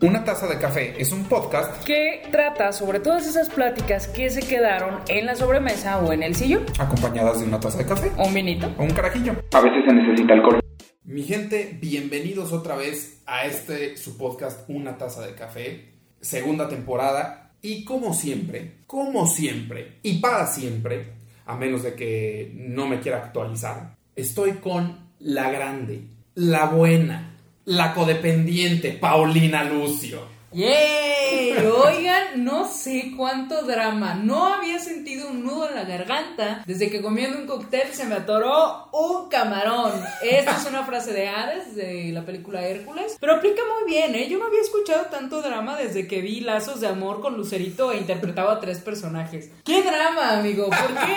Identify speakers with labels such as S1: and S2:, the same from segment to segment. S1: Una taza de café es un podcast
S2: que trata sobre todas esas pláticas que se quedaron en la sobremesa o en el sillón.
S1: acompañadas de una taza de café
S2: O un vinito.
S1: o un carajillo.
S3: A veces se necesita alcohol.
S1: Mi gente, bienvenidos otra vez a este su podcast Una taza de café, segunda temporada y como siempre, como siempre y para siempre, a menos de que no me quiera actualizar, estoy con la grande, la buena, la codependiente Paulina Lucio.
S4: ¡Yay! Oigan, no sé cuánto drama. No había sentido un nudo en la garganta desde que comiendo un cóctel se me atoró un camarón. Esta es una frase de Hades de la película Hércules, pero aplica muy bien, ¿eh? Yo no había escuchado tanto drama desde que vi Lazos de Amor con Lucerito e interpretaba a tres personajes. ¡Qué drama, amigo! ¿Por qué?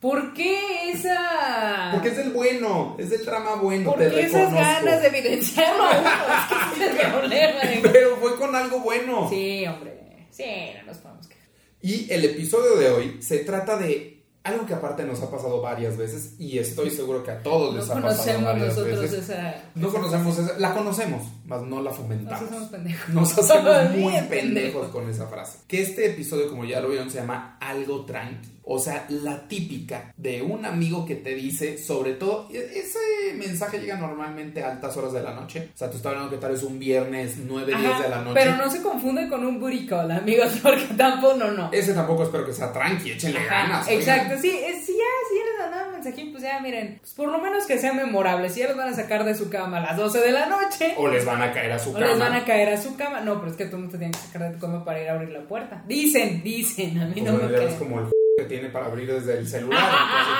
S4: ¿Por qué esa.?
S1: Porque es del bueno, es del drama bueno.
S4: ¿Por
S1: te
S4: qué esas
S1: reconozco.
S4: ganas de evidenciarlo a uno? Es que ese es el problema, amigo.
S1: Pero fue con algo bueno.
S4: Sí, hombre. Sí, no nos podemos quejar.
S1: Y el episodio de hoy se trata de algo que aparte nos ha pasado varias veces y estoy seguro que a todos
S4: No
S1: les ha pasado
S4: conocemos
S1: varias
S4: nosotros
S1: veces.
S4: esa.
S1: No conocemos esa, la conocemos, mas no la fomentamos.
S4: Nosotros somos pendejos.
S1: Nos hacemos
S4: Bien
S1: muy pendejos
S4: pendejos.
S1: con esa frase. Que este episodio, como ya lo vieron, se llama Algo Tranqui. O sea, la típica de un amigo que te dice, sobre todo, e- ese mensaje llega normalmente a altas horas de la noche. O sea, tú estás hablando que tal vez un viernes 9, 10 de la
S4: Ajá,
S1: noche.
S4: Pero no se confunde con un buricol, amigos, porque tampoco no, no.
S1: Ese tampoco espero que sea tranqui, échenle
S4: Ajá,
S1: ganas. oigan.
S4: exacto, sí, es- si ya, si ya les mandaron un mensajín, pues ya miren, pues por lo menos que sea memorable, si ya los van a sacar de su cama a las 12 de la noche,
S1: O les van a caer a su
S4: o
S1: cama.
S4: les van a caer a su cama, no, pero es que tú no te tienes que sacar de tu cama para ir a abrir la puerta, dicen, dicen, a mí
S1: Pues
S4: no
S1: bueno,
S4: me
S1: ya ves
S4: creen.
S1: como el que tiene para abrir desde el celular.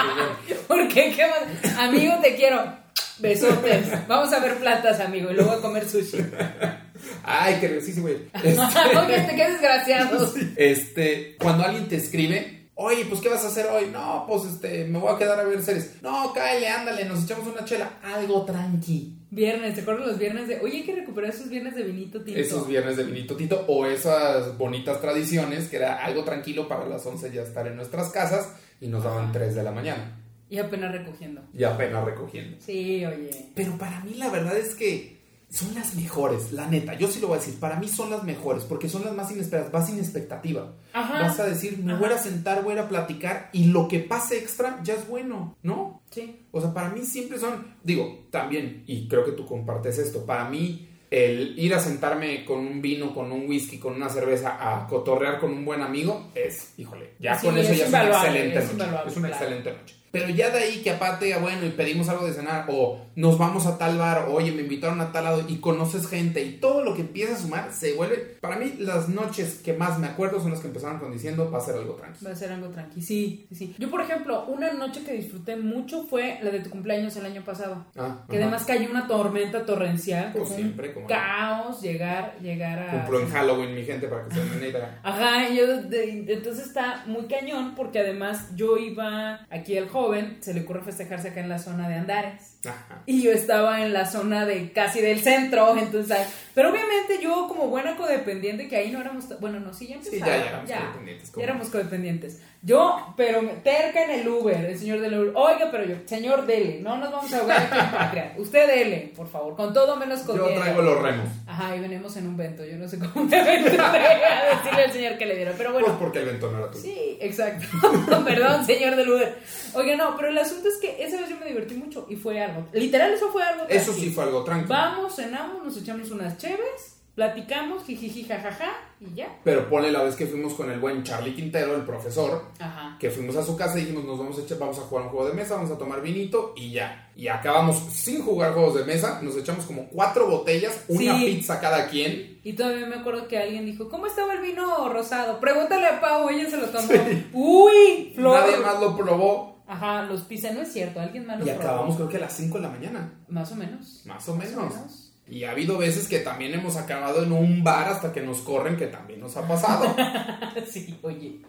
S1: entonces, pues,
S4: ¿Por qué? ¿Qué más? Amigo, te quiero. Besotes. Vamos a ver plantas, amigo, y luego a comer sushi.
S1: bueno. Ay, que sí, sí, güey. Este,
S4: Oye, qué desgraciados.
S1: este, cuando alguien te escribe, oye, pues, ¿qué vas a hacer hoy? No, pues, este, me voy a quedar a ver series. No, cáele, ándale, nos echamos una chela. Algo tranqui.
S4: Viernes, ¿te acuerdas los viernes de.? Oye, hay que recuperar esos viernes de vinito tinto.
S1: Esos viernes de vinito Tito o esas bonitas tradiciones que era algo tranquilo para las 11 ya estar en nuestras casas y nos daban 3 de la mañana
S4: Y apenas recogiendo.
S1: y apenas recogiendo.
S4: Sí, oye.
S1: Pero para mí la verdad es que son las mejores, la neta. Yo sí lo voy a decir, para mí son las mejores, porque son las más inesperadas, vas sin expectativa.
S4: Ajá.
S1: Vas a decir, me voy a ir a sentar, voy a ir a platicar y lo que pase extra ya es bueno, ¿no?
S4: Sí.
S1: O sea, para mí siempre son, digo, también, y creo que tú compartes esto, para mí el ir a sentarme con un vino, con un whisky, con una cerveza, a cotorrear con un buen amigo, es, híjole, ya
S4: Sí,
S1: con eso
S4: es
S1: ya es una
S4: invaluable,
S1: excelente
S4: es
S1: noche.
S4: invaluable,
S1: es una
S4: claro.
S1: excelente noche. Pero ya de ahí que aparte diga, bueno, y pedimos algo de cenar, o nos vamos a tal bar, o, oye, me invitaron a tal lado, y conoces gente, y todo lo que empieza a sumar se vuelve. Para mí, las noches que más me acuerdo son las que empezaron con diciendo, va a ser algo tranquilo.
S4: Va a ser algo tranqui. Sí, sí, sí. Yo, por ejemplo, una noche que disfruté mucho fue la de tu cumpleaños el año pasado.
S1: Ah,
S4: Que
S1: ajá.
S4: además cayó una tormenta torrencial. que
S1: Pues
S4: fue un
S1: siempre, como no.
S4: Caos, llegar, llegar a.
S1: Cumplo en Halloween, mi gente, para que se den una idea.
S4: Ajá, y yo de- entonces está muy cañón porque además yo iba aquí el joven, se le ocurre festejarse acá en la zona de Andares.
S1: Ajá.
S4: Y yo estaba en la zona de casi del centro, entonces, ay, pero obviamente yo como buena codependiente, que ahí no éramos, tan- bueno, no, sí, ya
S1: Sí,
S4: empezaba,
S1: ya, ya éramos
S4: ya,
S1: codependientes,
S4: ya
S1: ¿cómo?
S4: éramos codependientes. Yo, pero me- terca en el Uber, el señor del Uber, oiga, pero yo, señor, dele, no nos vamos a ahogar aquí en patria, usted dele, por favor, con todo menos con
S1: Yo
S4: hielo".
S1: traigo los remos.
S4: Ajá, y venimos en un vento. Yo no sé cómo me aventuré a decirle al señor que le diera. Pero
S1: Pues
S4: bueno,
S1: porque el ventón no era tuyo.
S4: sí, exacto. Perdón, señor del Uber. Oiga, no, pero el asunto es que esa vez yo me divertí mucho y fue algo. Literal, eso fue algo.
S1: Eso
S4: tranqui.
S1: sí fue algo tranquilo.
S4: Vamos, cenamos, nos echamos unas cheves, platicamos, jijiji, jajaja, y ya.
S1: Pero ponle la vez que fuimos con el buen Charlie Quintero, el profesor,
S4: Ajá.
S1: que fuimos a su casa y dijimos, nos vamos a echar, vamos a jugar un juego de mesa, vamos a tomar vinito y ya. Y acabamos sin jugar juegos de mesa, nos echamos como cuatro botellas, una
S4: Sí.
S1: pizza cada quien.
S4: Y todavía me acuerdo que alguien dijo, ¿cómo estaba el vino rosado? Pregúntale a Pau, ella se lo tomó. ¡Uy! Flor.
S1: Nadie más lo probó.
S4: Ajá, los pisa, no es cierto, alguien más lo
S1: Y
S4: probó.
S1: acabamos creo que a las 5 de la mañana,
S4: Más o menos.
S1: más o menos.
S4: menos.
S1: Y ha habido veces que también hemos acabado en un bar hasta que nos corren, que también nos ha pasado.
S4: Sí, oye.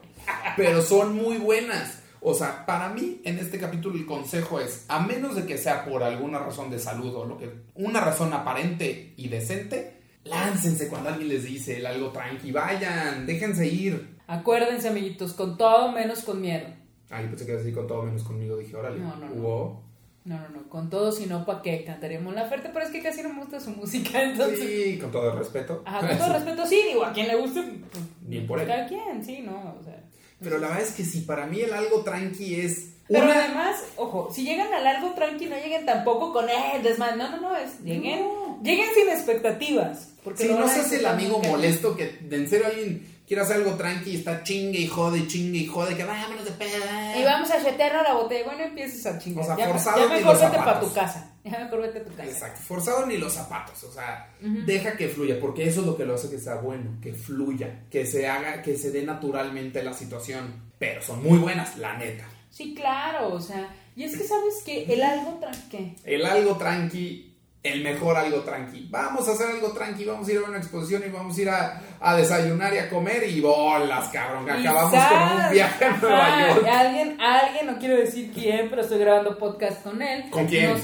S1: pero son muy buenas. O sea, para mí en este capítulo el consejo es, a menos de que sea por alguna razón de salud o lo que una razón aparente y decente, láncense cuando alguien les dice el algo tranqui, vayan, déjense ir.
S4: Acuérdense, amiguitos, con todo menos con miedo.
S1: Ay, pensé que iba a decir con todo menos conmigo, dije, órale.
S4: No, no, no.
S1: Hubo-
S4: No, no, no, con todo, si no, ¿pa' qué? Cantaremos la oferta, pero es que casi no me gusta su música, entonces.
S1: Sí, con todo el respeto.
S4: Ajá, con todo respeto, sí, digo, a quien le guste. pues,
S1: Bien por él.
S4: Cada quien, sí, no, o sea.
S1: Pero la verdad es que si para mí el algo tranqui es
S4: Pero
S1: una...
S4: además, ojo, si llegan a largo tranqui, no lleguen tampoco con eh, desmadre. No, no, no, es, lleguen, lleguen sin expectativas. Porque
S1: Si
S4: lo
S1: no
S4: van a
S1: seas el
S4: disfrutar
S1: amigo
S4: nunca.
S1: molesto que de en serio alguien quiere hacer algo tranqui y está chingue y jode y chingue y jode que vámonos de peda.
S4: Y vamos a chetear a la botella. Bueno, empieces a chingar.
S1: O sea,
S4: ya, me-
S1: forzado
S4: ya
S1: ni
S4: mejor
S1: los
S4: vete para
S1: zapatos.
S4: tu casa. Ya mejor vete a tu casa.
S1: Exacto, forzado ni los zapatos, o sea,
S4: Ujú.
S1: deja que fluya, porque eso es lo que lo hace que sea bueno, que fluya, que se haga, que se dé naturalmente la situación. Pero son muy buenas, la neta.
S4: Sí, claro, o sea. Y es que sabes que el algo tranque.
S1: El algo tranqui, el mejor algo tranqui. Vamos a hacer algo tranqui, vamos a ir a una exposición y vamos a ir a, a desayunar y a comer y bolas, cabrón, que acabamos con un viaje a Nueva York.
S4: Alguien, alguien, no quiero decir quién, pero estoy grabando podcast con él.
S1: ¿Con quién? Ah,
S4: Nos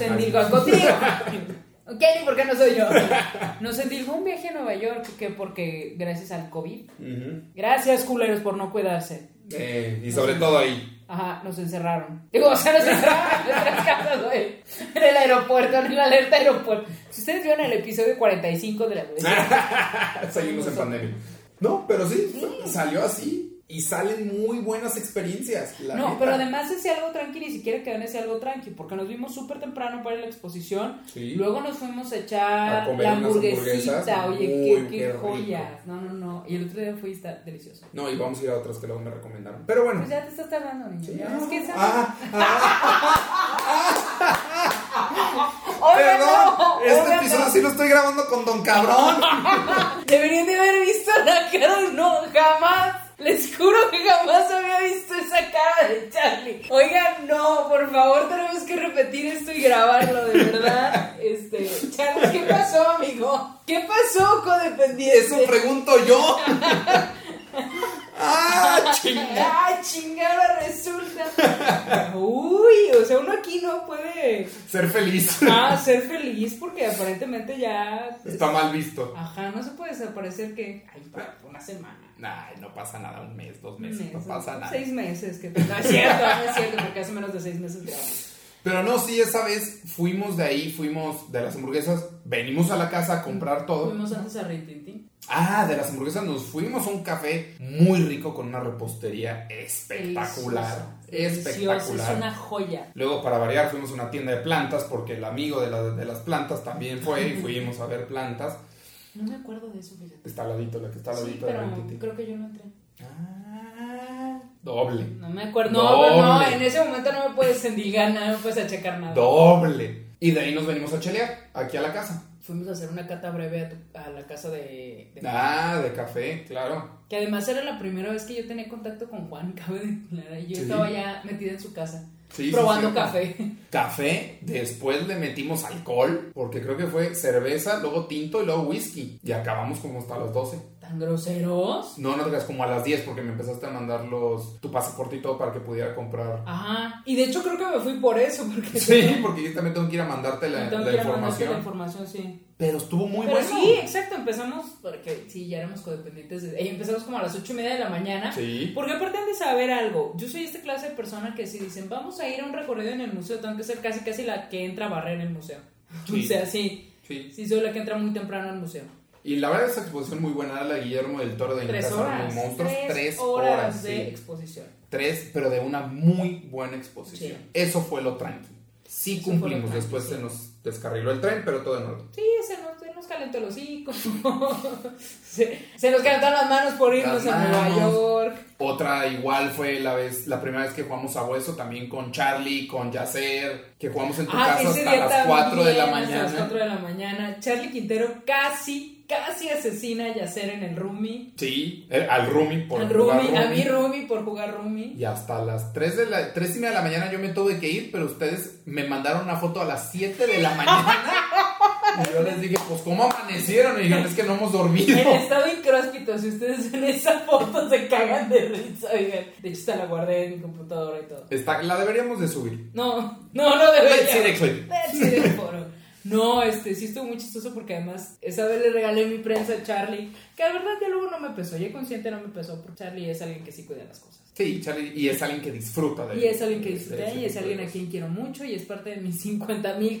S4: endilgó contigo. ¿Quién y por qué no soy yo? Nos endilgó un viaje a Nueva York que porque gracias al COVID.
S1: Ujú.
S4: Gracias, culeros, por no cuidarse.
S1: Eh, y sobre todo ahí.
S4: Ajá, nos encerraron. Digo, o sea, nos encerraron en nuestras casas, güey. En el aeropuerto, en la alerta aeropuerto. Si ustedes vieron el episodio 45 de la...
S1: Ah, Seguimos en pandemia. No, pero sí, salió así. Y salen muy buenas experiencias. la
S4: No,
S1: neta.
S4: pero además ese algo tranqui ni siquiera quedó en ese algo tranqui, porque nos vimos súper temprano para ir a la exposición.
S1: Sí.
S4: Luego nos fuimos a echar
S1: A comer
S4: la
S1: unas
S4: hamburguesita.
S1: hamburguesas.
S4: Oye,
S1: Uy,
S4: qué, qué,
S1: qué rico.
S4: joyas. No, no, no. Y el otro día fui y está delicioso.
S1: No, y vamos a ir a otras que luego me recomendaron. Pero bueno.
S4: Pues ya te estás tardando, niña.
S1: Sí.
S4: ya, Es que esa-
S1: Ah,
S4: Oigan,
S1: perdón.
S4: no,
S1: este
S4: oigan,
S1: episodio
S4: no.
S1: sí lo estoy grabando con Don Cabrón.
S4: Deberían de haber visto la cara de- No, jamás. Les juro que jamás había visto esa cara de Charlie. Oigan, no, por favor, tenemos que repetir esto y grabarlo, de verdad. Este, Charlie, ¿qué pasó, amigo? ¿Qué pasó, codependiente?
S1: Eso pregunto yo. ah, chinga.
S4: Ah, chingada resulta. Uy, o sea, uno aquí no puede
S1: Ser feliz.
S4: ah, ser feliz porque aparentemente ya.
S1: Está mal visto.
S4: Ajá, no se puede desaparecer que. Ay, para una semana.
S1: Ay, no pasa nada. Un mes, dos
S4: Un
S1: meses,
S4: mes,
S1: no pasa
S4: ¿no?
S1: nada.
S4: Seis meses, que no es cierto, no es cierto, porque hace menos de seis meses grabamos.
S1: Pero no, sí, esa vez fuimos de ahí, fuimos de las hamburguesas, venimos a la casa a comprar todo.
S4: Fuimos antes a Rintintín.
S1: Ah, de las hamburguesas nos fuimos a un café muy rico con una repostería espectacular.
S4: Delicioso,
S1: espectacular.
S4: Es una joya.
S1: Luego, para variar, fuimos a una tienda de plantas porque el amigo de, la- de las plantas también fue y fuimos a ver plantas.
S4: No me acuerdo de eso, fíjate.
S1: Está al ladito, la que está al
S4: Sí,
S1: ladito de
S4: pero
S1: Rentiti.
S4: creo que yo no entré.
S1: Ah, doble.
S4: No me acuerdo. No, no, no,
S1: Doble.
S4: en ese momento no me puedes endilgar nada, no me puedes achacar nada.
S1: Doble. Y de ahí nos venimos a chelear, aquí a la casa.
S4: Fuimos a hacer una cata breve a, tu- a la casa de, de-
S1: Ah, de café, claro.
S4: Que además era la primera vez que yo tenía contacto con Juan, cabe declarar. Y yo
S1: Sí.
S4: estaba ya metida en su casa,
S1: Sí, sí,
S4: probando
S1: cierto.
S4: café.
S1: Café, después le metimos alcohol, porque creo que fue cerveza, luego tinto y luego whisky. Y acabamos como hasta las 12.
S4: ¿Tan groseros?
S1: No, no te creas, como a las 10 porque me empezaste a mandar los, tu pasaporte y todo para que pudiera comprar.
S4: Ajá. Y de hecho creo que me fui por eso, porque
S1: Sí, porque yo también tengo que ir a mandarte la,
S4: tengo
S1: la
S4: que ir a mandarte
S1: información.
S4: la información, sí.
S1: Pero estuvo muy
S4: Pero
S1: bueno.
S4: sí, exacto, empezamos porque sí, ya éramos codependientes. de- y empezamos como a las ocho y media de la mañana.
S1: Sí.
S4: Porque aparte han de saber algo, yo soy esta clase de persona que si dicen vamos a ir a un recorrido en el museo, tengo que ser casi casi la que entra a barrer el museo.
S1: Sí.
S4: O sea, sí,
S1: sí.
S4: sí soy la que entra muy temprano al museo.
S1: Y la verdad, esa exposición muy buena era la de Guillermo del Toro de En
S4: Tres
S1: Casa de los
S4: horas.
S1: Monstruos. Tres,
S4: horas, de
S1: sí.
S4: exposición.
S1: Tres, pero de una muy buena exposición.
S4: Sí.
S1: Eso fue lo tranqui. Sí
S4: Eso fue lo
S1: cumplimos.
S4: tranqui,
S1: Después
S4: sí.
S1: se nos descarriló el tren, pero todo en orden.
S4: Sí, se nos, se nos calentó el hocico. se, se nos calentaron las manos por irnos
S1: Las
S4: a Nueva
S1: manos.
S4: York.
S1: Otra igual fue la vez, la primera vez que jugamos a hueso, también con Charlie, con Yacer, que jugamos en tu casa hasta las 4 de la
S4: Ah, también, hasta las
S1: mañana.
S4: 4 de la mañana. Charlie Quintero casi, casi asesina a Yacer en el roomie.
S1: Sí, eh, al Rumi por
S4: Al
S1: jugar
S4: roomie, a
S1: roomie.
S4: mi roomie por jugar roomie.
S1: Y hasta las 3 de la 3 y media de la mañana yo me tuve que ir, pero ustedes me mandaron una foto a las 7 de la mañana. Y yo les dije, pues ¿cómo amanecieron? Y dijeron, es que no hemos dormido.
S4: En estado incróspito, si ustedes ven esa foto se cagan de risa, oigan. De hecho, se la guardé en mi computadora y todo.
S1: Está, la deberíamos de subir.
S4: No, no, no debería.
S1: Let's see the clip.
S4: Let's see the photo. No, este, sí estuvo muy chistoso porque además esa vez le regalé mi prensa a Charlie, que la verdad ya luego no me pesó, ya consciente no me pesó, porque Charlie es alguien que sí cuida las cosas.
S1: Sí, Charlie, y es alguien que disfruta de
S4: Y es alguien que disfruta, y es alguien a quien quiero mucho, y es parte de mis 50 mil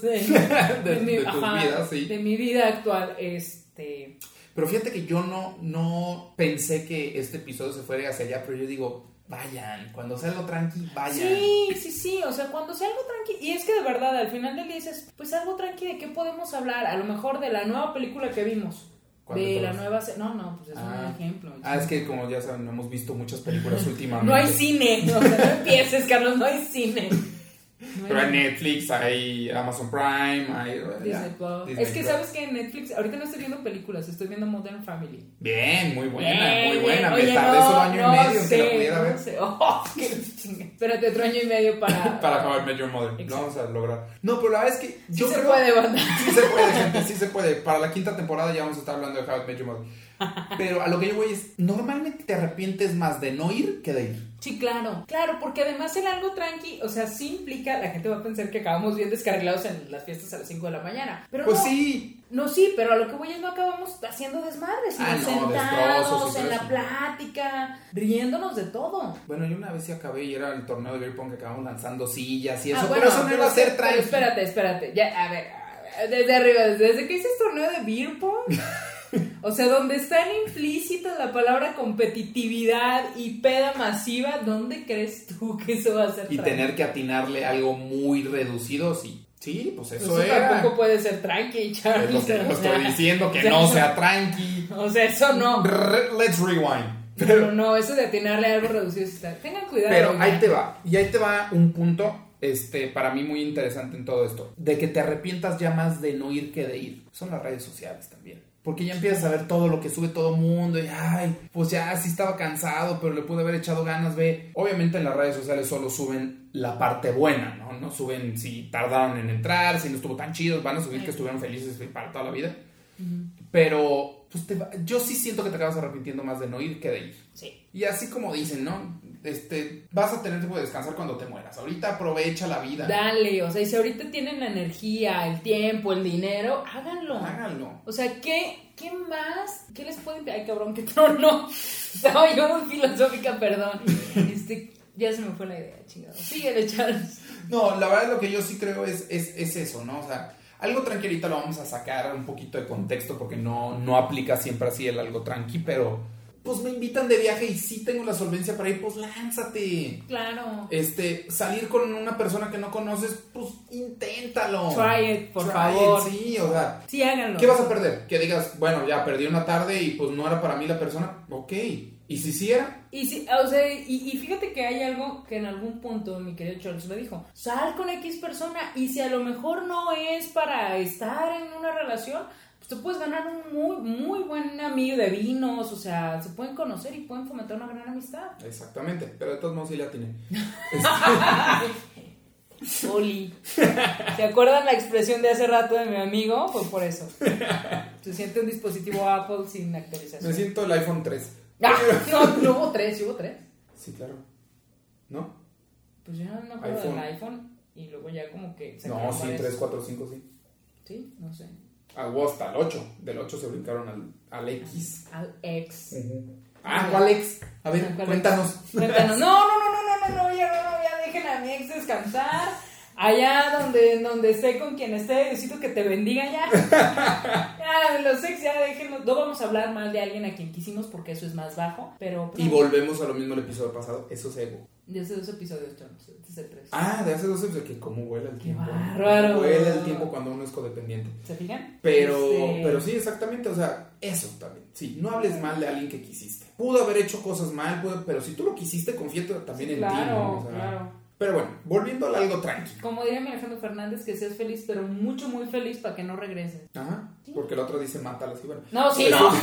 S4: de, de
S1: De-
S4: mi,
S1: de tus
S4: ajá,
S1: vidas, sí.
S4: de mi vida actual. Este,
S1: Pero fíjate que yo no, no pensé que este episodio se fuera hacia allá, pero yo digo, vayan, cuando sea algo tranqui, vayan.
S4: sí, sí, sí, o sea, cuando sea algo tranqui, y es que de verdad al final del día dices, pues algo tranqui, ¿de qué podemos hablar? A lo mejor de la nueva película que vimos.
S1: ¿Cuál de
S4: De la
S1: todas?
S4: nueva... se- No, no, pues es
S1: Ah.
S4: un ejemplo.
S1: Ah, es que como ya saben, hemos visto muchas películas últimamente.
S4: No hay cine. O sea, no empieces, Carlos, no hay cine. No hay-
S1: Pero hay Netflix, hay Amazon Prime, hay...
S4: Disney
S1: ya,
S4: Plus.
S1: Disney
S4: es que
S1: Plus.
S4: sabes que en Netflix, ahorita no estoy viendo películas, estoy viendo Modern Family.
S1: Bien, muy buena, muy
S4: Bien,
S1: buena. Me
S4: bien. Oye,
S1: tardé
S4: no,
S1: solo año
S4: no
S1: y medio en que
S4: sé,
S1: la pudiera
S4: no
S1: ver.
S4: sé. Oh, qué chinga. Espérate otro año y medio para.
S1: Para acabar Major Mother. Lo
S4: Exacto.
S1: vamos a lograr. No, pero la verdad es que
S4: Sí
S1: yo
S4: se
S1: creo.
S4: puede, banda.
S1: Sí se puede, gente, sí se puede. Para la quinta temporada ya vamos a estar hablando de How I Met Your Mother. Pero a lo que yo voy es, normalmente te arrepientes más de no ir que de ir.
S4: Sí, claro. Claro, porque además el algo tranqui, o sea, sí implica, la gente va a pensar que acabamos bien descarrilados en las fiestas a las 5 de la mañana. Pero
S1: Pues
S4: no,
S1: sí,
S4: No, sí, pero a lo que voy es no acabamos haciendo desmadres, sino
S1: Ah, no, destrozos y
S4: sentados
S1: todo
S4: en la
S1: eso.
S4: plática, riéndonos de todo.
S1: bueno, yo una vez sí acabé y era el torneo de beer pong que acabamos lanzando sillas y eso,
S4: Ah,
S1: pero eso no
S4: pero
S1: iba a ser
S4: espérate,
S1: tranqui.
S4: Espérate, espérate, ya, a ver, a ver, desde arriba, desde que dices torneo de beer pong, o sea, donde está en implícita la palabra competitividad y peda masiva, ¿dónde crees tú que eso va a ser
S1: Y
S4: tranqui?
S1: tener que atinarle algo muy reducido, sí. Sí, pues
S4: Pues
S1: eso
S4: eso
S1: era.
S4: tampoco puede ser tranqui,
S1: Es
S4: Charlie.
S1: lo que yo
S4: o sea,
S1: estoy diciendo, que
S4: o sea,
S1: no sea tranqui.
S4: O sea, eso no.
S1: Re- Let's rewind.
S4: Pero no, eso de atinarle a algo reducido está. Tengan cuidado.
S1: Pero ahí
S4: oigan.
S1: te va. Y ahí te va un punto este, para mí muy interesante en todo esto. De que te arrepientas ya más de no ir que de ir. Son las redes sociales también. Porque ya empiezas a ver todo lo que sube todo mundo y, ay, pues ya sí estaba cansado, pero le pude haber echado ganas, ve. Obviamente en las redes sociales solo suben la parte buena, ¿no? No suben si tardaron en entrar, si no estuvo tan chido, van a subir que estuvieron felices para toda la vida. Pero pues te va- yo sí siento que te acabas arrepintiendo más de no ir que de ir.
S4: Sí.
S1: Y así como dicen, ¿no? Este, vas a tener tiempo de descansar cuando te mueras. Ahorita aprovecha la vida.
S4: Dale, o sea, y si ahorita tienen la energía, el tiempo, el dinero, háganlo.
S1: Háganlo.
S4: O sea, ¿qué, qué más? ¿Qué les pueden... Ay, cabrón, qué trono. Estaba yo muy filosófica, perdón. Este, ya se me fue la idea, chingado. Síguele, Charles.
S1: No, la verdad lo que yo sí creo es, es, es eso, ¿no? O sea, algo tranqui ahorita lo vamos a sacar un poquito de contexto porque no, no aplica siempre así el algo tranqui, pero pues me invitan de viaje y sí tengo la solvencia para ir, pues lánzate.
S4: Claro.
S1: Este, salir con una persona que no conoces, pues inténtalo.
S4: Try it, por
S1: Try it,
S4: favor.
S1: sí, o sea,
S4: Sí, háganlo.
S1: ¿Qué vas a perder? Que digas, bueno, ya perdí una tarde y pues no era para mí la persona. Ok. ¿Y si sí era?
S4: Y sí, o sea, y, y fíjate que hay algo que en algún punto mi querido Charles me dijo, sal con X persona y si a lo mejor no es para estar en una relación, pues te puedes ganar un muy, muy buen amigo de vinos, o sea, se pueden conocer y pueden fomentar una gran amistad.
S1: Exactamente, pero de todos modos sí la tiene.
S4: Oli. ¿Se acuerdan la expresión de hace rato de mi amigo? Pues por eso. Se siente un dispositivo Apple sin
S1: Me
S4: actualización.
S1: siento el iPhone 3.
S4: Ah, no, no hubo tres, sí hubo tres.
S1: Sí, claro. ¿No?
S4: Pues yo no me acuerdo
S1: iPhone.
S4: del iPhone y luego ya como que
S1: no,
S4: sacaron
S1: sí,
S4: varias-
S1: 3, 4, 5, sí.
S4: Sí, no sé.
S1: Ah, o hasta el 8. Del 8 se brincaron al, al X.
S4: Al ex.
S1: Ah, ¿cuál X? A ver,
S4: ¿Cuál ex?
S1: cuéntanos.
S4: Cuéntanos. No, no, no, no, no, no, no, ya, no, no, ya dejen a mi ex descansar. Allá donde, donde esté con quien esté, Diosito que te bendiga ya. Ya, los ex ya déjenlos. No vamos a hablar mal de alguien a quien quisimos porque eso es más bajo, pero. pues,
S1: Y volvemos a lo mismo del episodio pasado. Eso es ego.
S4: De hace dos episodios, Charles. Este es el tres.
S1: Ah, de hace dos episodios. Que cómo vuela el
S4: Qué
S1: tiempo.
S4: bárbaro.
S1: Vuela el tiempo cuando uno es codependiente.
S4: ¿Se fijan?
S1: Pero,
S4: Este,
S1: pero sí, exactamente, o sea, eso también. Sí, no hables mal de alguien que quisiste. Pudo haber hecho cosas mal, pudo- pero si tú lo quisiste, confía tú- también en ti. ¿no?
S4: Claro,
S1: O sea,
S4: claro.
S1: Pero bueno, volviendo a algo tranqui.
S4: Como diría mi Alejandro Fernández, que seas feliz, pero mucho, muy feliz para que no regreses.
S1: Ajá, porque el otro dice mátalas y bueno.
S4: No, sí,
S1: Pues,
S4: no. güey.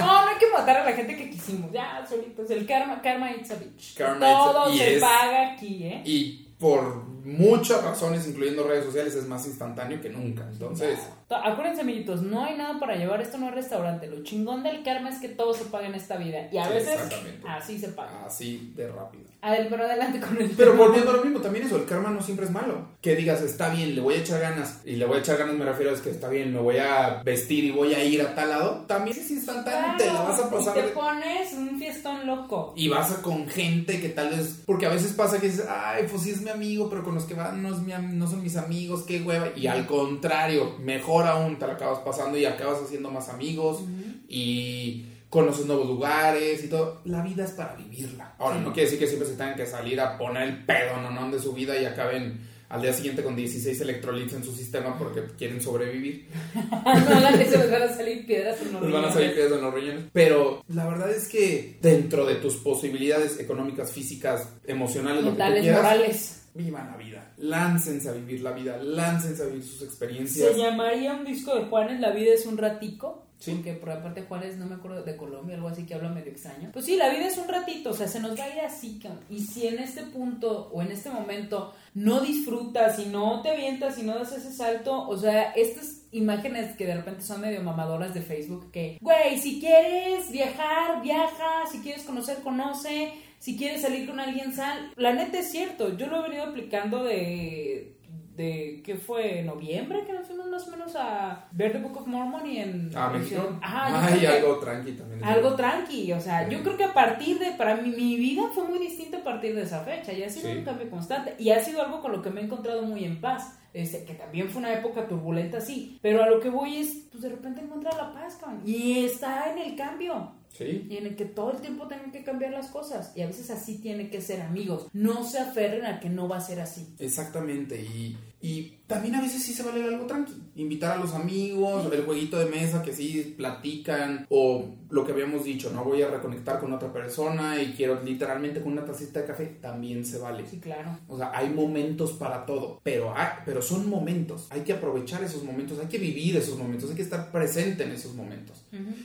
S4: No, no hay que matar a la gente que quisimos. Ya, solito. Es el karma, karma it's a bitch.
S1: Karma
S4: Todo
S1: it's a- y
S4: se
S1: es-
S4: paga aquí, ¿eh?
S1: Y por muchas razones, incluyendo redes sociales, es más instantáneo que nunca. Entonces,
S4: Claro. Acuérdense, amiguitos, no hay nada para llevar, esto no es restaurante. Lo chingón del karma es que todo se paga en esta vida. Y a
S1: Sí,
S4: veces
S1: exactamente.
S4: así se paga.
S1: Así de rápido.
S4: Adel, pero adelante con el
S1: Pero
S4: tema.
S1: volviendo a lo mismo, también eso, el karma no siempre es malo. Que digas, está bien, le voy a echar ganas. Y le voy a echar ganas, me refiero a es que está bien, me voy a vestir y voy a ir a tal lado. También es instantáneo, te la vas a
S4: Claro,
S1: pasar.
S4: y te
S1: de-
S4: pones un fiestón loco.
S1: Y vas a con gente que tal vez. Porque a veces pasa que dices, ay, pues sí es mi amigo, pero con los que van no, es mi am- no son mis amigos, qué hueva. Y al contrario, mejor aún te la acabas pasando y acabas haciendo más amigos y conoces nuevos lugares y todo. La vida es para vivirla. Ahora, no quiere decir que siempre se tengan que salir a poner el pedo no de su vida y acaben. Al día siguiente con 16 electrolitos en su sistema porque quieren sobrevivir.
S4: Ah, no, la que se les van a salir piedras en los
S1: Les van a salir
S4: riñones.
S1: piedras en los riñones. Pero la verdad es que dentro de tus posibilidades económicas, físicas, emocionales, lo que tú
S4: Mentales,
S1: quieras,
S4: morales.
S1: vivan la vida. Láncense a vivir la vida. Láncense a vivir sus experiencias.
S4: ¿Se llamaría un disco de Juanes La vida es un ratico?
S1: Sí.
S4: Porque por aparte Juanes, no me acuerdo de Colombia, algo así que habla medio extraño. Pues sí, la vida es un ratito, o sea, se nos va a ir así, cabrón. Y si en este punto o en este momento no disfrutas y no te avientas y no das ese salto, o sea, estas imágenes que de repente son medio mamadoras de Facebook, que, güey, si quieres viajar, viaja, si quieres conocer, conoce, si quieres salir con alguien, sal. La neta es cierto, yo lo he venido aplicando de de que fue noviembre que nos fuimos más o menos a ver The Book of Mormon y en
S1: A Ah, México.
S4: Ajá, yo
S1: Ay,
S4: creo que-
S1: algo tranqui también.
S4: Ah, algo tranqui, o sea, yo
S1: Sí.
S4: creo que a partir de, para mí, mi vida fue muy distinta a partir de esa fecha, y ha sido
S1: Sí.
S4: un cambio constante, y ha sido algo con lo que me he encontrado muy en paz, este, que también fue una época turbulenta, sí, pero a lo que voy es, pues de repente encontrar la paz, cabrón, y está en el cambio,
S1: Sí.
S4: y en el que todo el tiempo tengo que cambiar las cosas, y a veces así tiene que ser amigos, no se aferren a que no va a ser así.
S1: Exactamente. Y, y también a veces sí se vale algo tranqui. Invitar a los amigos, el jueguito de mesa que sí platican. O lo que habíamos dicho, no voy a reconectar con otra persona y quiero literalmente con una tacita de café. También se vale.
S4: Sí, claro.
S1: O sea, hay momentos para todo, pero, hay- pero son momentos. Hay que aprovechar esos momentos, hay que vivir esos momentos, hay que estar presente en esos momentos.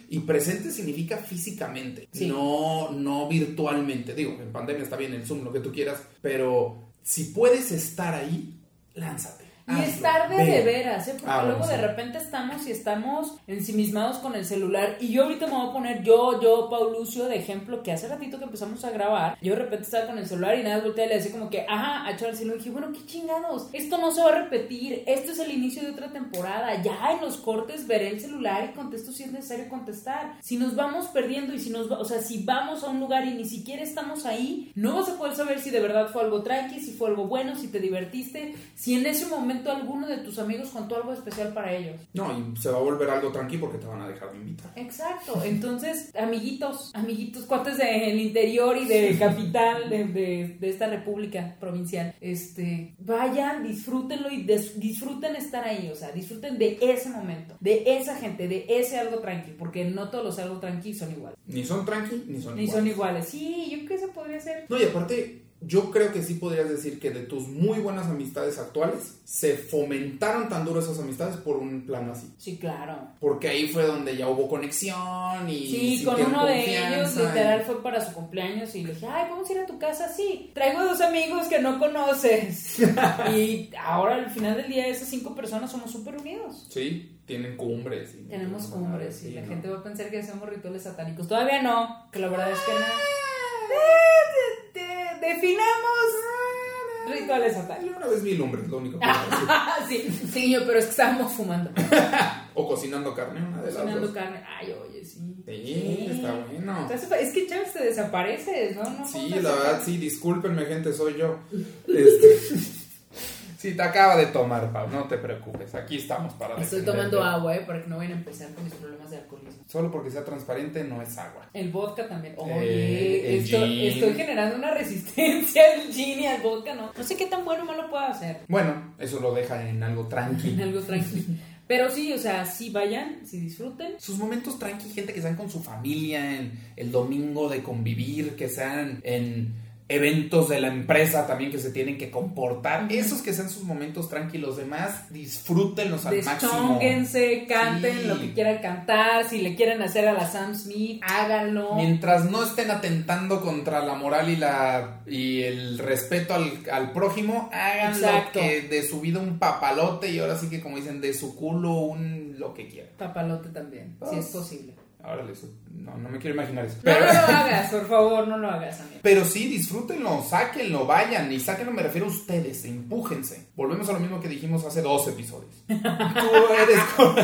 S1: Y presente significa físicamente,
S4: Sí.
S1: no, no virtualmente. Digo, en pandemia está bien el Zoom, lo que tú quieras, pero si puedes estar ahí, lánzate.
S4: Y es
S1: hazlo,
S4: tarde
S1: ve.
S4: de veras, ¿eh? porque
S1: Ah, bueno,
S4: luego de
S1: sí.
S4: repente estamos y estamos ensimismados con el celular. Y yo ahorita me voy a poner yo, yo, Paulucio, de ejemplo, que hace ratito que empezamos a grabar, yo de repente estaba con el celular y nada, volteé y le decía como que, ajá, a Charles y le dije, bueno, qué chingados, esto no se va a repetir, esto es el inicio de otra temporada, ya en los cortes veré el celular y contesto si es necesario contestar. Si nos vamos perdiendo y si nos, va- o sea, si vamos a un lugar y ni siquiera estamos ahí, no vas a poder saber si de verdad fue algo tranqui, si fue algo bueno, si te divertiste, si en ese momento alguno de tus amigos contó algo especial para ellos.
S1: No, y se va a volver algo tranqui porque te van a dejar de invitar.
S4: Exacto, entonces, amiguitos, amiguitos, cuates del interior y de capital de, de- de esta república provincial, este, vayan, disfrútenlo y des- disfruten estar ahí, o sea, disfruten de ese momento, de esa gente, de ese algo tranqui, porque no todos los algo tranqui son iguales,
S1: Ni son tranqui, ni son
S4: ni
S1: iguales.
S4: son iguales. Sí, yo creo que eso podría ser.
S1: No, y aparte, yo creo que sí podrías decir que de tus muy buenas amistades actuales, se fomentaron tan duro esas amistades por un plano así.
S4: Sí, claro.
S1: Porque ahí fue donde ya hubo conexión y...
S4: Sí, con
S1: sintieron
S4: uno de
S1: confianza
S4: ellos,
S1: y-
S4: literal, fue para su cumpleaños y le dije, ay, vamos a ir a tu casa, sí, traigo dos amigos que no conoces. y ahora al final del día esas cinco personas somos súper unidos.
S1: Sí, tienen cumbres. y-
S4: Tenemos cumbres y
S1: Ah, Sí,
S4: la
S1: ¿no?
S4: gente va a pensar que hacemos rituales satánicos. Todavía no, que la verdad es que no.
S1: Ah.
S4: Eh, de- de- definamos rituales satánicos.
S1: Yo una vez vi lumbres, lo único que puedo decir.
S4: Ah, sí, sí, yo, pero es que estábamos fumando,
S1: O cocinando carne, una Ah, de las
S4: cocinando
S1: dos.
S4: carne. Ay, oye, sí.
S1: Sí, está bueno.
S4: Entonces, es que Charles te desapareces, ¿no? no
S1: Sí,
S4: juntas
S1: la
S4: acá.
S1: verdad, sí, discúlpenme, gente, soy yo. Este... Sí, te acaba de tomar, Pau, no te preocupes. Aquí estamos para
S4: Estoy
S1: defenderte.
S4: tomando agua, eh, para que no vayan a empezar con mis problemas de alcoholismo.
S1: Solo porque sea transparente no es agua.
S4: El vodka también. Oye,
S1: Eh, el
S4: esto-
S1: gin.
S4: estoy generando una resistencia al gin y al vodka, ¿no? No sé qué tan bueno o malo puedo hacer.
S1: Bueno, eso lo deja en algo
S4: En
S1: tranqui.
S4: algo tranquilo. Pero sí, o sea, sí vayan, sí disfruten.
S1: Sus momentos tranqui, gente que sean con su familia, en el domingo de convivir, que sean en eventos de la empresa también que se tienen que comportar. Esos que sean sus momentos tranquilos, demás, disfrútenlos al máximo.
S4: Deschónguense, canten
S1: Sí.
S4: lo que quieran cantar, si le quieren hacer a la Sam Smith, háganlo.
S1: Mientras no estén atentando contra la moral y la y el respeto al, al prójimo, hagan
S4: Exacto.
S1: lo que de su vida un papalote y ahora sí que como dicen, de su culo un lo que quieran.
S4: Papalote también, si
S1: Pues,
S4: es posible.
S1: Ahora les, no, no me quiero imaginar eso.
S4: No,
S1: Pero,
S4: no lo hagas, por favor, no lo hagas, amigo.
S1: pero sí, disfrútenlo, sáquenlo, vayan. Y sáquenlo me refiero a ustedes, empújense. Volvemos a lo mismo que dijimos hace dos episodios. Tú eres con,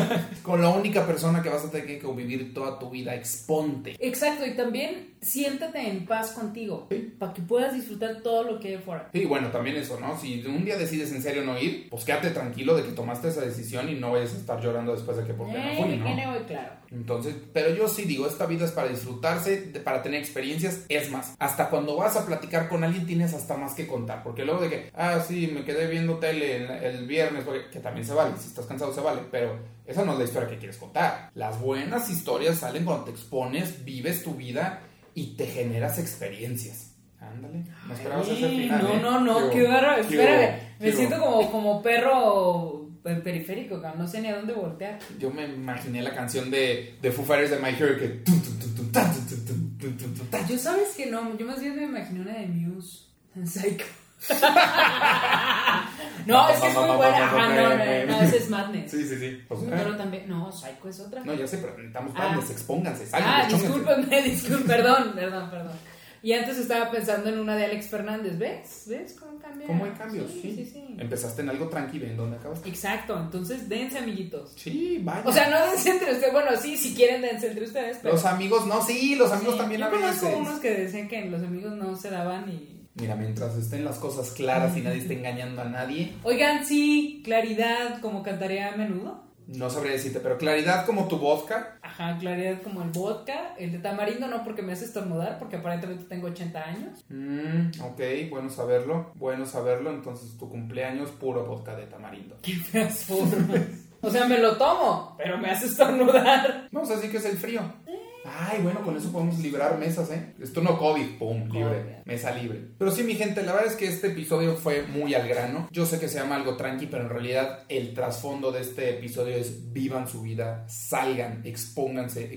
S1: con la única persona que vas a tener que convivir toda tu vida. Exponte.
S4: Exacto, y también siéntate en paz contigo, para que puedas disfrutar todo lo que hay afuera.
S1: Sí, bueno, también eso, ¿no? Si un día decides en serio no ir, pues quédate tranquilo de que tomaste esa decisión y no vayas a estar llorando después de que por qué
S4: Eh,
S1: no fui,
S4: me tiene
S1: ¿no?
S4: muy claro.
S1: Entonces, pero yo sí digo, esta vida es para disfrutarse, de- para tener experiencias, es más, hasta cuando vas a platicar con alguien tienes hasta más que contar, porque luego de que, ah, sí, me quedé viendo tele el, el viernes, porque- que también se vale, si estás cansado se vale, pero esa no es la historia que quieres contar. Las buenas historias salen cuando te expones, vives tu vida y te generas experiencias. Ándale, no esperabas
S4: Ay,
S1: ese final.
S4: No,
S1: ¿eh?
S4: no, no,
S1: hubo?
S4: qué bárbaro.
S1: ¿Qué
S4: Espérame,
S1: hubo?
S4: me
S1: ¿Qué
S4: siento
S1: hubo?
S4: como, como perro en periférico, cabrón, no sé ni a dónde voltear.
S1: Yo me imaginé la canción de, de Foo Fighters de My Hero que... tun, tun, tun, tun, tan, tun, tun, tun, tun, tun, tun, tan.
S4: Yo sabes que no, yo más bien me imaginé una de Muse, en Psycho. no, es que es muy buena. Ah, no, no, no, no, esa es Madness.
S1: Sí, sí, sí. O sea,
S4: Pero también, no, Psycho es otra.
S1: Pues, no, ya sé, pero necesitamos
S4: Ah.
S1: bandas, expónganse, salgan.
S4: Ah,
S1: deschónganse.
S4: discúlpame, discúlpame, perdón, perdón, perdón. Y antes estaba pensando en una de Alex Fernández, ¿ves? ¿Ves cómo cambia?
S1: ¿Cómo hay cambios?
S4: Sí, sí, sí.
S1: Empezaste en algo tranquilo, ¿en dónde acabaste?
S4: Exacto, entonces dense, amiguitos.
S1: Sí, vaya.
S4: O sea, no dense entre ustedes, bueno, sí, si quieren dense entre ustedes, pero...
S1: Los amigos, no, sí, los amigos
S4: Sí,
S1: también
S4: Yo
S1: a
S4: conozco
S1: veces.
S4: unos que decían que los amigos no se daban y...
S1: Mira, mientras estén las cosas claras y nadie esté engañando a nadie,
S4: Oigan, sí, claridad, como cantaría a menudo.
S1: no sabría decirte, pero claridad como tu vodka,
S4: Ajá, claridad como el vodka. El de tamarindo no porque me hace estornudar, porque aparentemente tengo 80 años.
S1: Mm, ok, bueno saberlo, bueno saberlo. Entonces tu cumpleaños puro vodka de tamarindo.
S4: Feas formas. o sea, me lo tomo, pero me hace estornudar.
S1: Vamos a decir pues que es el frío.
S4: Mm.
S1: Ay, bueno, con eso podemos librar mesas, ¿eh? Esto no COVID, pum, libre,
S4: Covid.
S1: mesa libre. Pero sí, mi gente, la verdad es que este episodio fue muy al grano. Yo sé que se llama algo tranqui, pero en realidad el trasfondo de este episodio es vivan su vida, salgan, expónganse,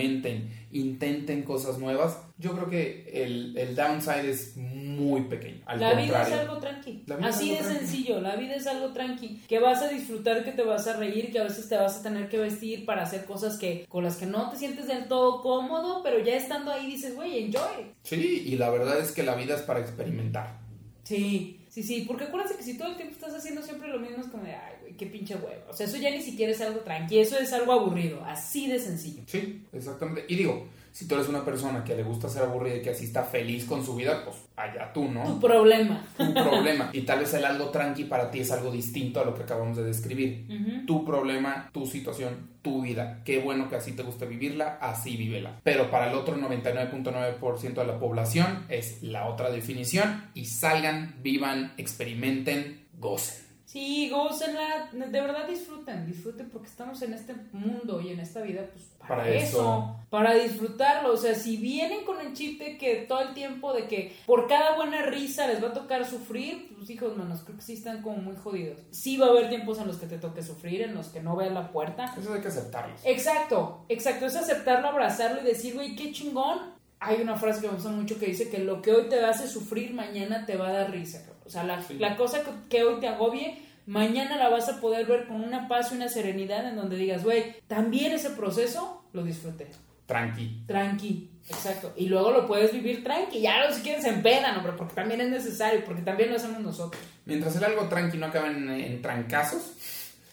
S1: experimenten, intenten cosas nuevas. Yo creo que el, el downside es muy pequeño. Al
S4: La vida es
S1: contrario.
S4: algo tranqui.
S1: La vida es
S4: Así
S1: algo
S4: de
S1: tranqui.
S4: sencillo, la vida es algo tranqui. Que vas a disfrutar, que te vas a reír, que a veces te vas a tener que vestir para hacer cosas que con las que no te sientes del todo cómodo, pero ya estando ahí dices, güey, enjoy.
S1: Sí, y la verdad es que la vida es para experimentar.
S4: Sí, sí, sí, porque acuérdense que si todo el tiempo estás haciendo siempre lo mismo es como de, ay, güey, qué pinche huevo. O sea, eso ya ni siquiera es algo tranqui, eso es algo aburrido, así de sencillo.
S1: Sí, exactamente. Y digo, si tú eres una persona que le gusta ser aburrida y que así está feliz con su vida, pues allá tú,
S4: Tu
S1: ¿no?
S4: problema.
S1: Tu problema. Y tal vez el algo tranqui para ti es algo distinto a lo que acabamos de describir.
S4: Ujú.
S1: Tu problema, tu situación, tu vida. Qué bueno que así te gusta vivirla, así vívela. Pero para el otro 99.9% de la población es la otra definición. Y salgan, vivan, experimenten, gocen.
S4: Sí, gócenla, de verdad disfruten, disfruten porque estamos en este mundo y en esta vida pues para,
S1: Para
S4: eso,
S1: eso.
S4: para disfrutarlo, o sea, si vienen con el chip de que todo el tiempo de que por cada buena risa les va a tocar sufrir, pues hijos manos, creo que sí están como muy jodidos. Sí va a haber tiempos en los que te toque sufrir, en los que no veas la puerta.
S1: Eso hay que aceptarlo.
S4: Exacto, exacto, es aceptarlo, abrazarlo y decir, güey, qué chingón. Hay una frase que me gusta mucho que dice que lo que hoy te hace sufrir, mañana te va a dar risa. cabrón. O sea, la,
S1: Sí.
S4: la cosa que, que hoy te agobie, mañana la vas a poder ver con una paz y una serenidad en donde digas, güey, también ese proceso lo disfruté.
S1: Tranqui.
S4: Tranqui, exacto. Y luego lo puedes vivir tranqui. Ya los quieren se empedan, hombre, porque también es necesario, porque también lo hacemos nosotros.
S1: Mientras el algo tranqui no acaba en- en trancazos,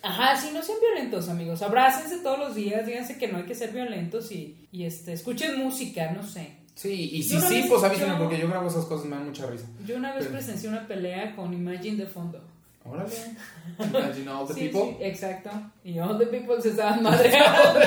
S4: Ajá, sí, no sean violentos, amigos. Abrácense todos los días, díganse que no hay que ser violentos y, y este, escuchen música, no sé.
S1: Sí, y
S4: Yo
S1: si
S4: una
S1: sí,
S4: vez
S1: pues avísenme
S4: yo-
S1: porque yo grabo esas cosas, me dan mucha risa.
S4: Yo una vez
S1: Sí.
S4: presencié una pelea con Imagine de fondo.
S1: Órale. Imagine all the
S4: Sí,
S1: people.
S4: sí, exacto. Y all the people se estaban madreando.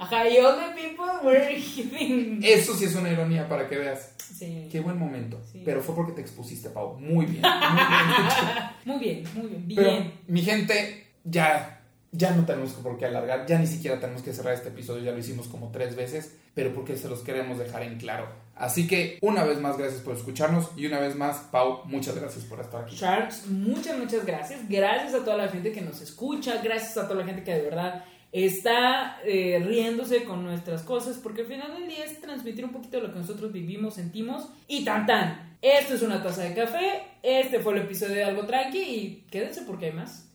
S4: Ajá, y all the people were hitting.
S1: Eso sí es una ironía para que veas.
S4: Sí.
S1: Eh, Qué buen momento.
S4: Sí.
S1: Pero fue porque te expusiste, Pau. Muy bien. Muy bien.
S4: Muy bien, muy bien, bien.
S1: Pero, mi gente, ya Ya no tenemos por qué alargar, ya ni siquiera tenemos que cerrar este episodio, ya lo hicimos como tres veces, pero porque se los queremos dejar en claro. Así que una vez más, gracias por escucharnos y una vez más, Pau, muchas gracias por estar aquí.
S4: Sharks, muchas, muchas gracias. Gracias a toda la gente que nos escucha, gracias a toda la gente que de verdad está eh, riéndose con nuestras cosas, porque al final del día es transmitir un poquito de lo que nosotros vivimos, sentimos y tan tan. Esto es una taza de café, este fue el episodio de Algo Tranqui y quédense porque hay más.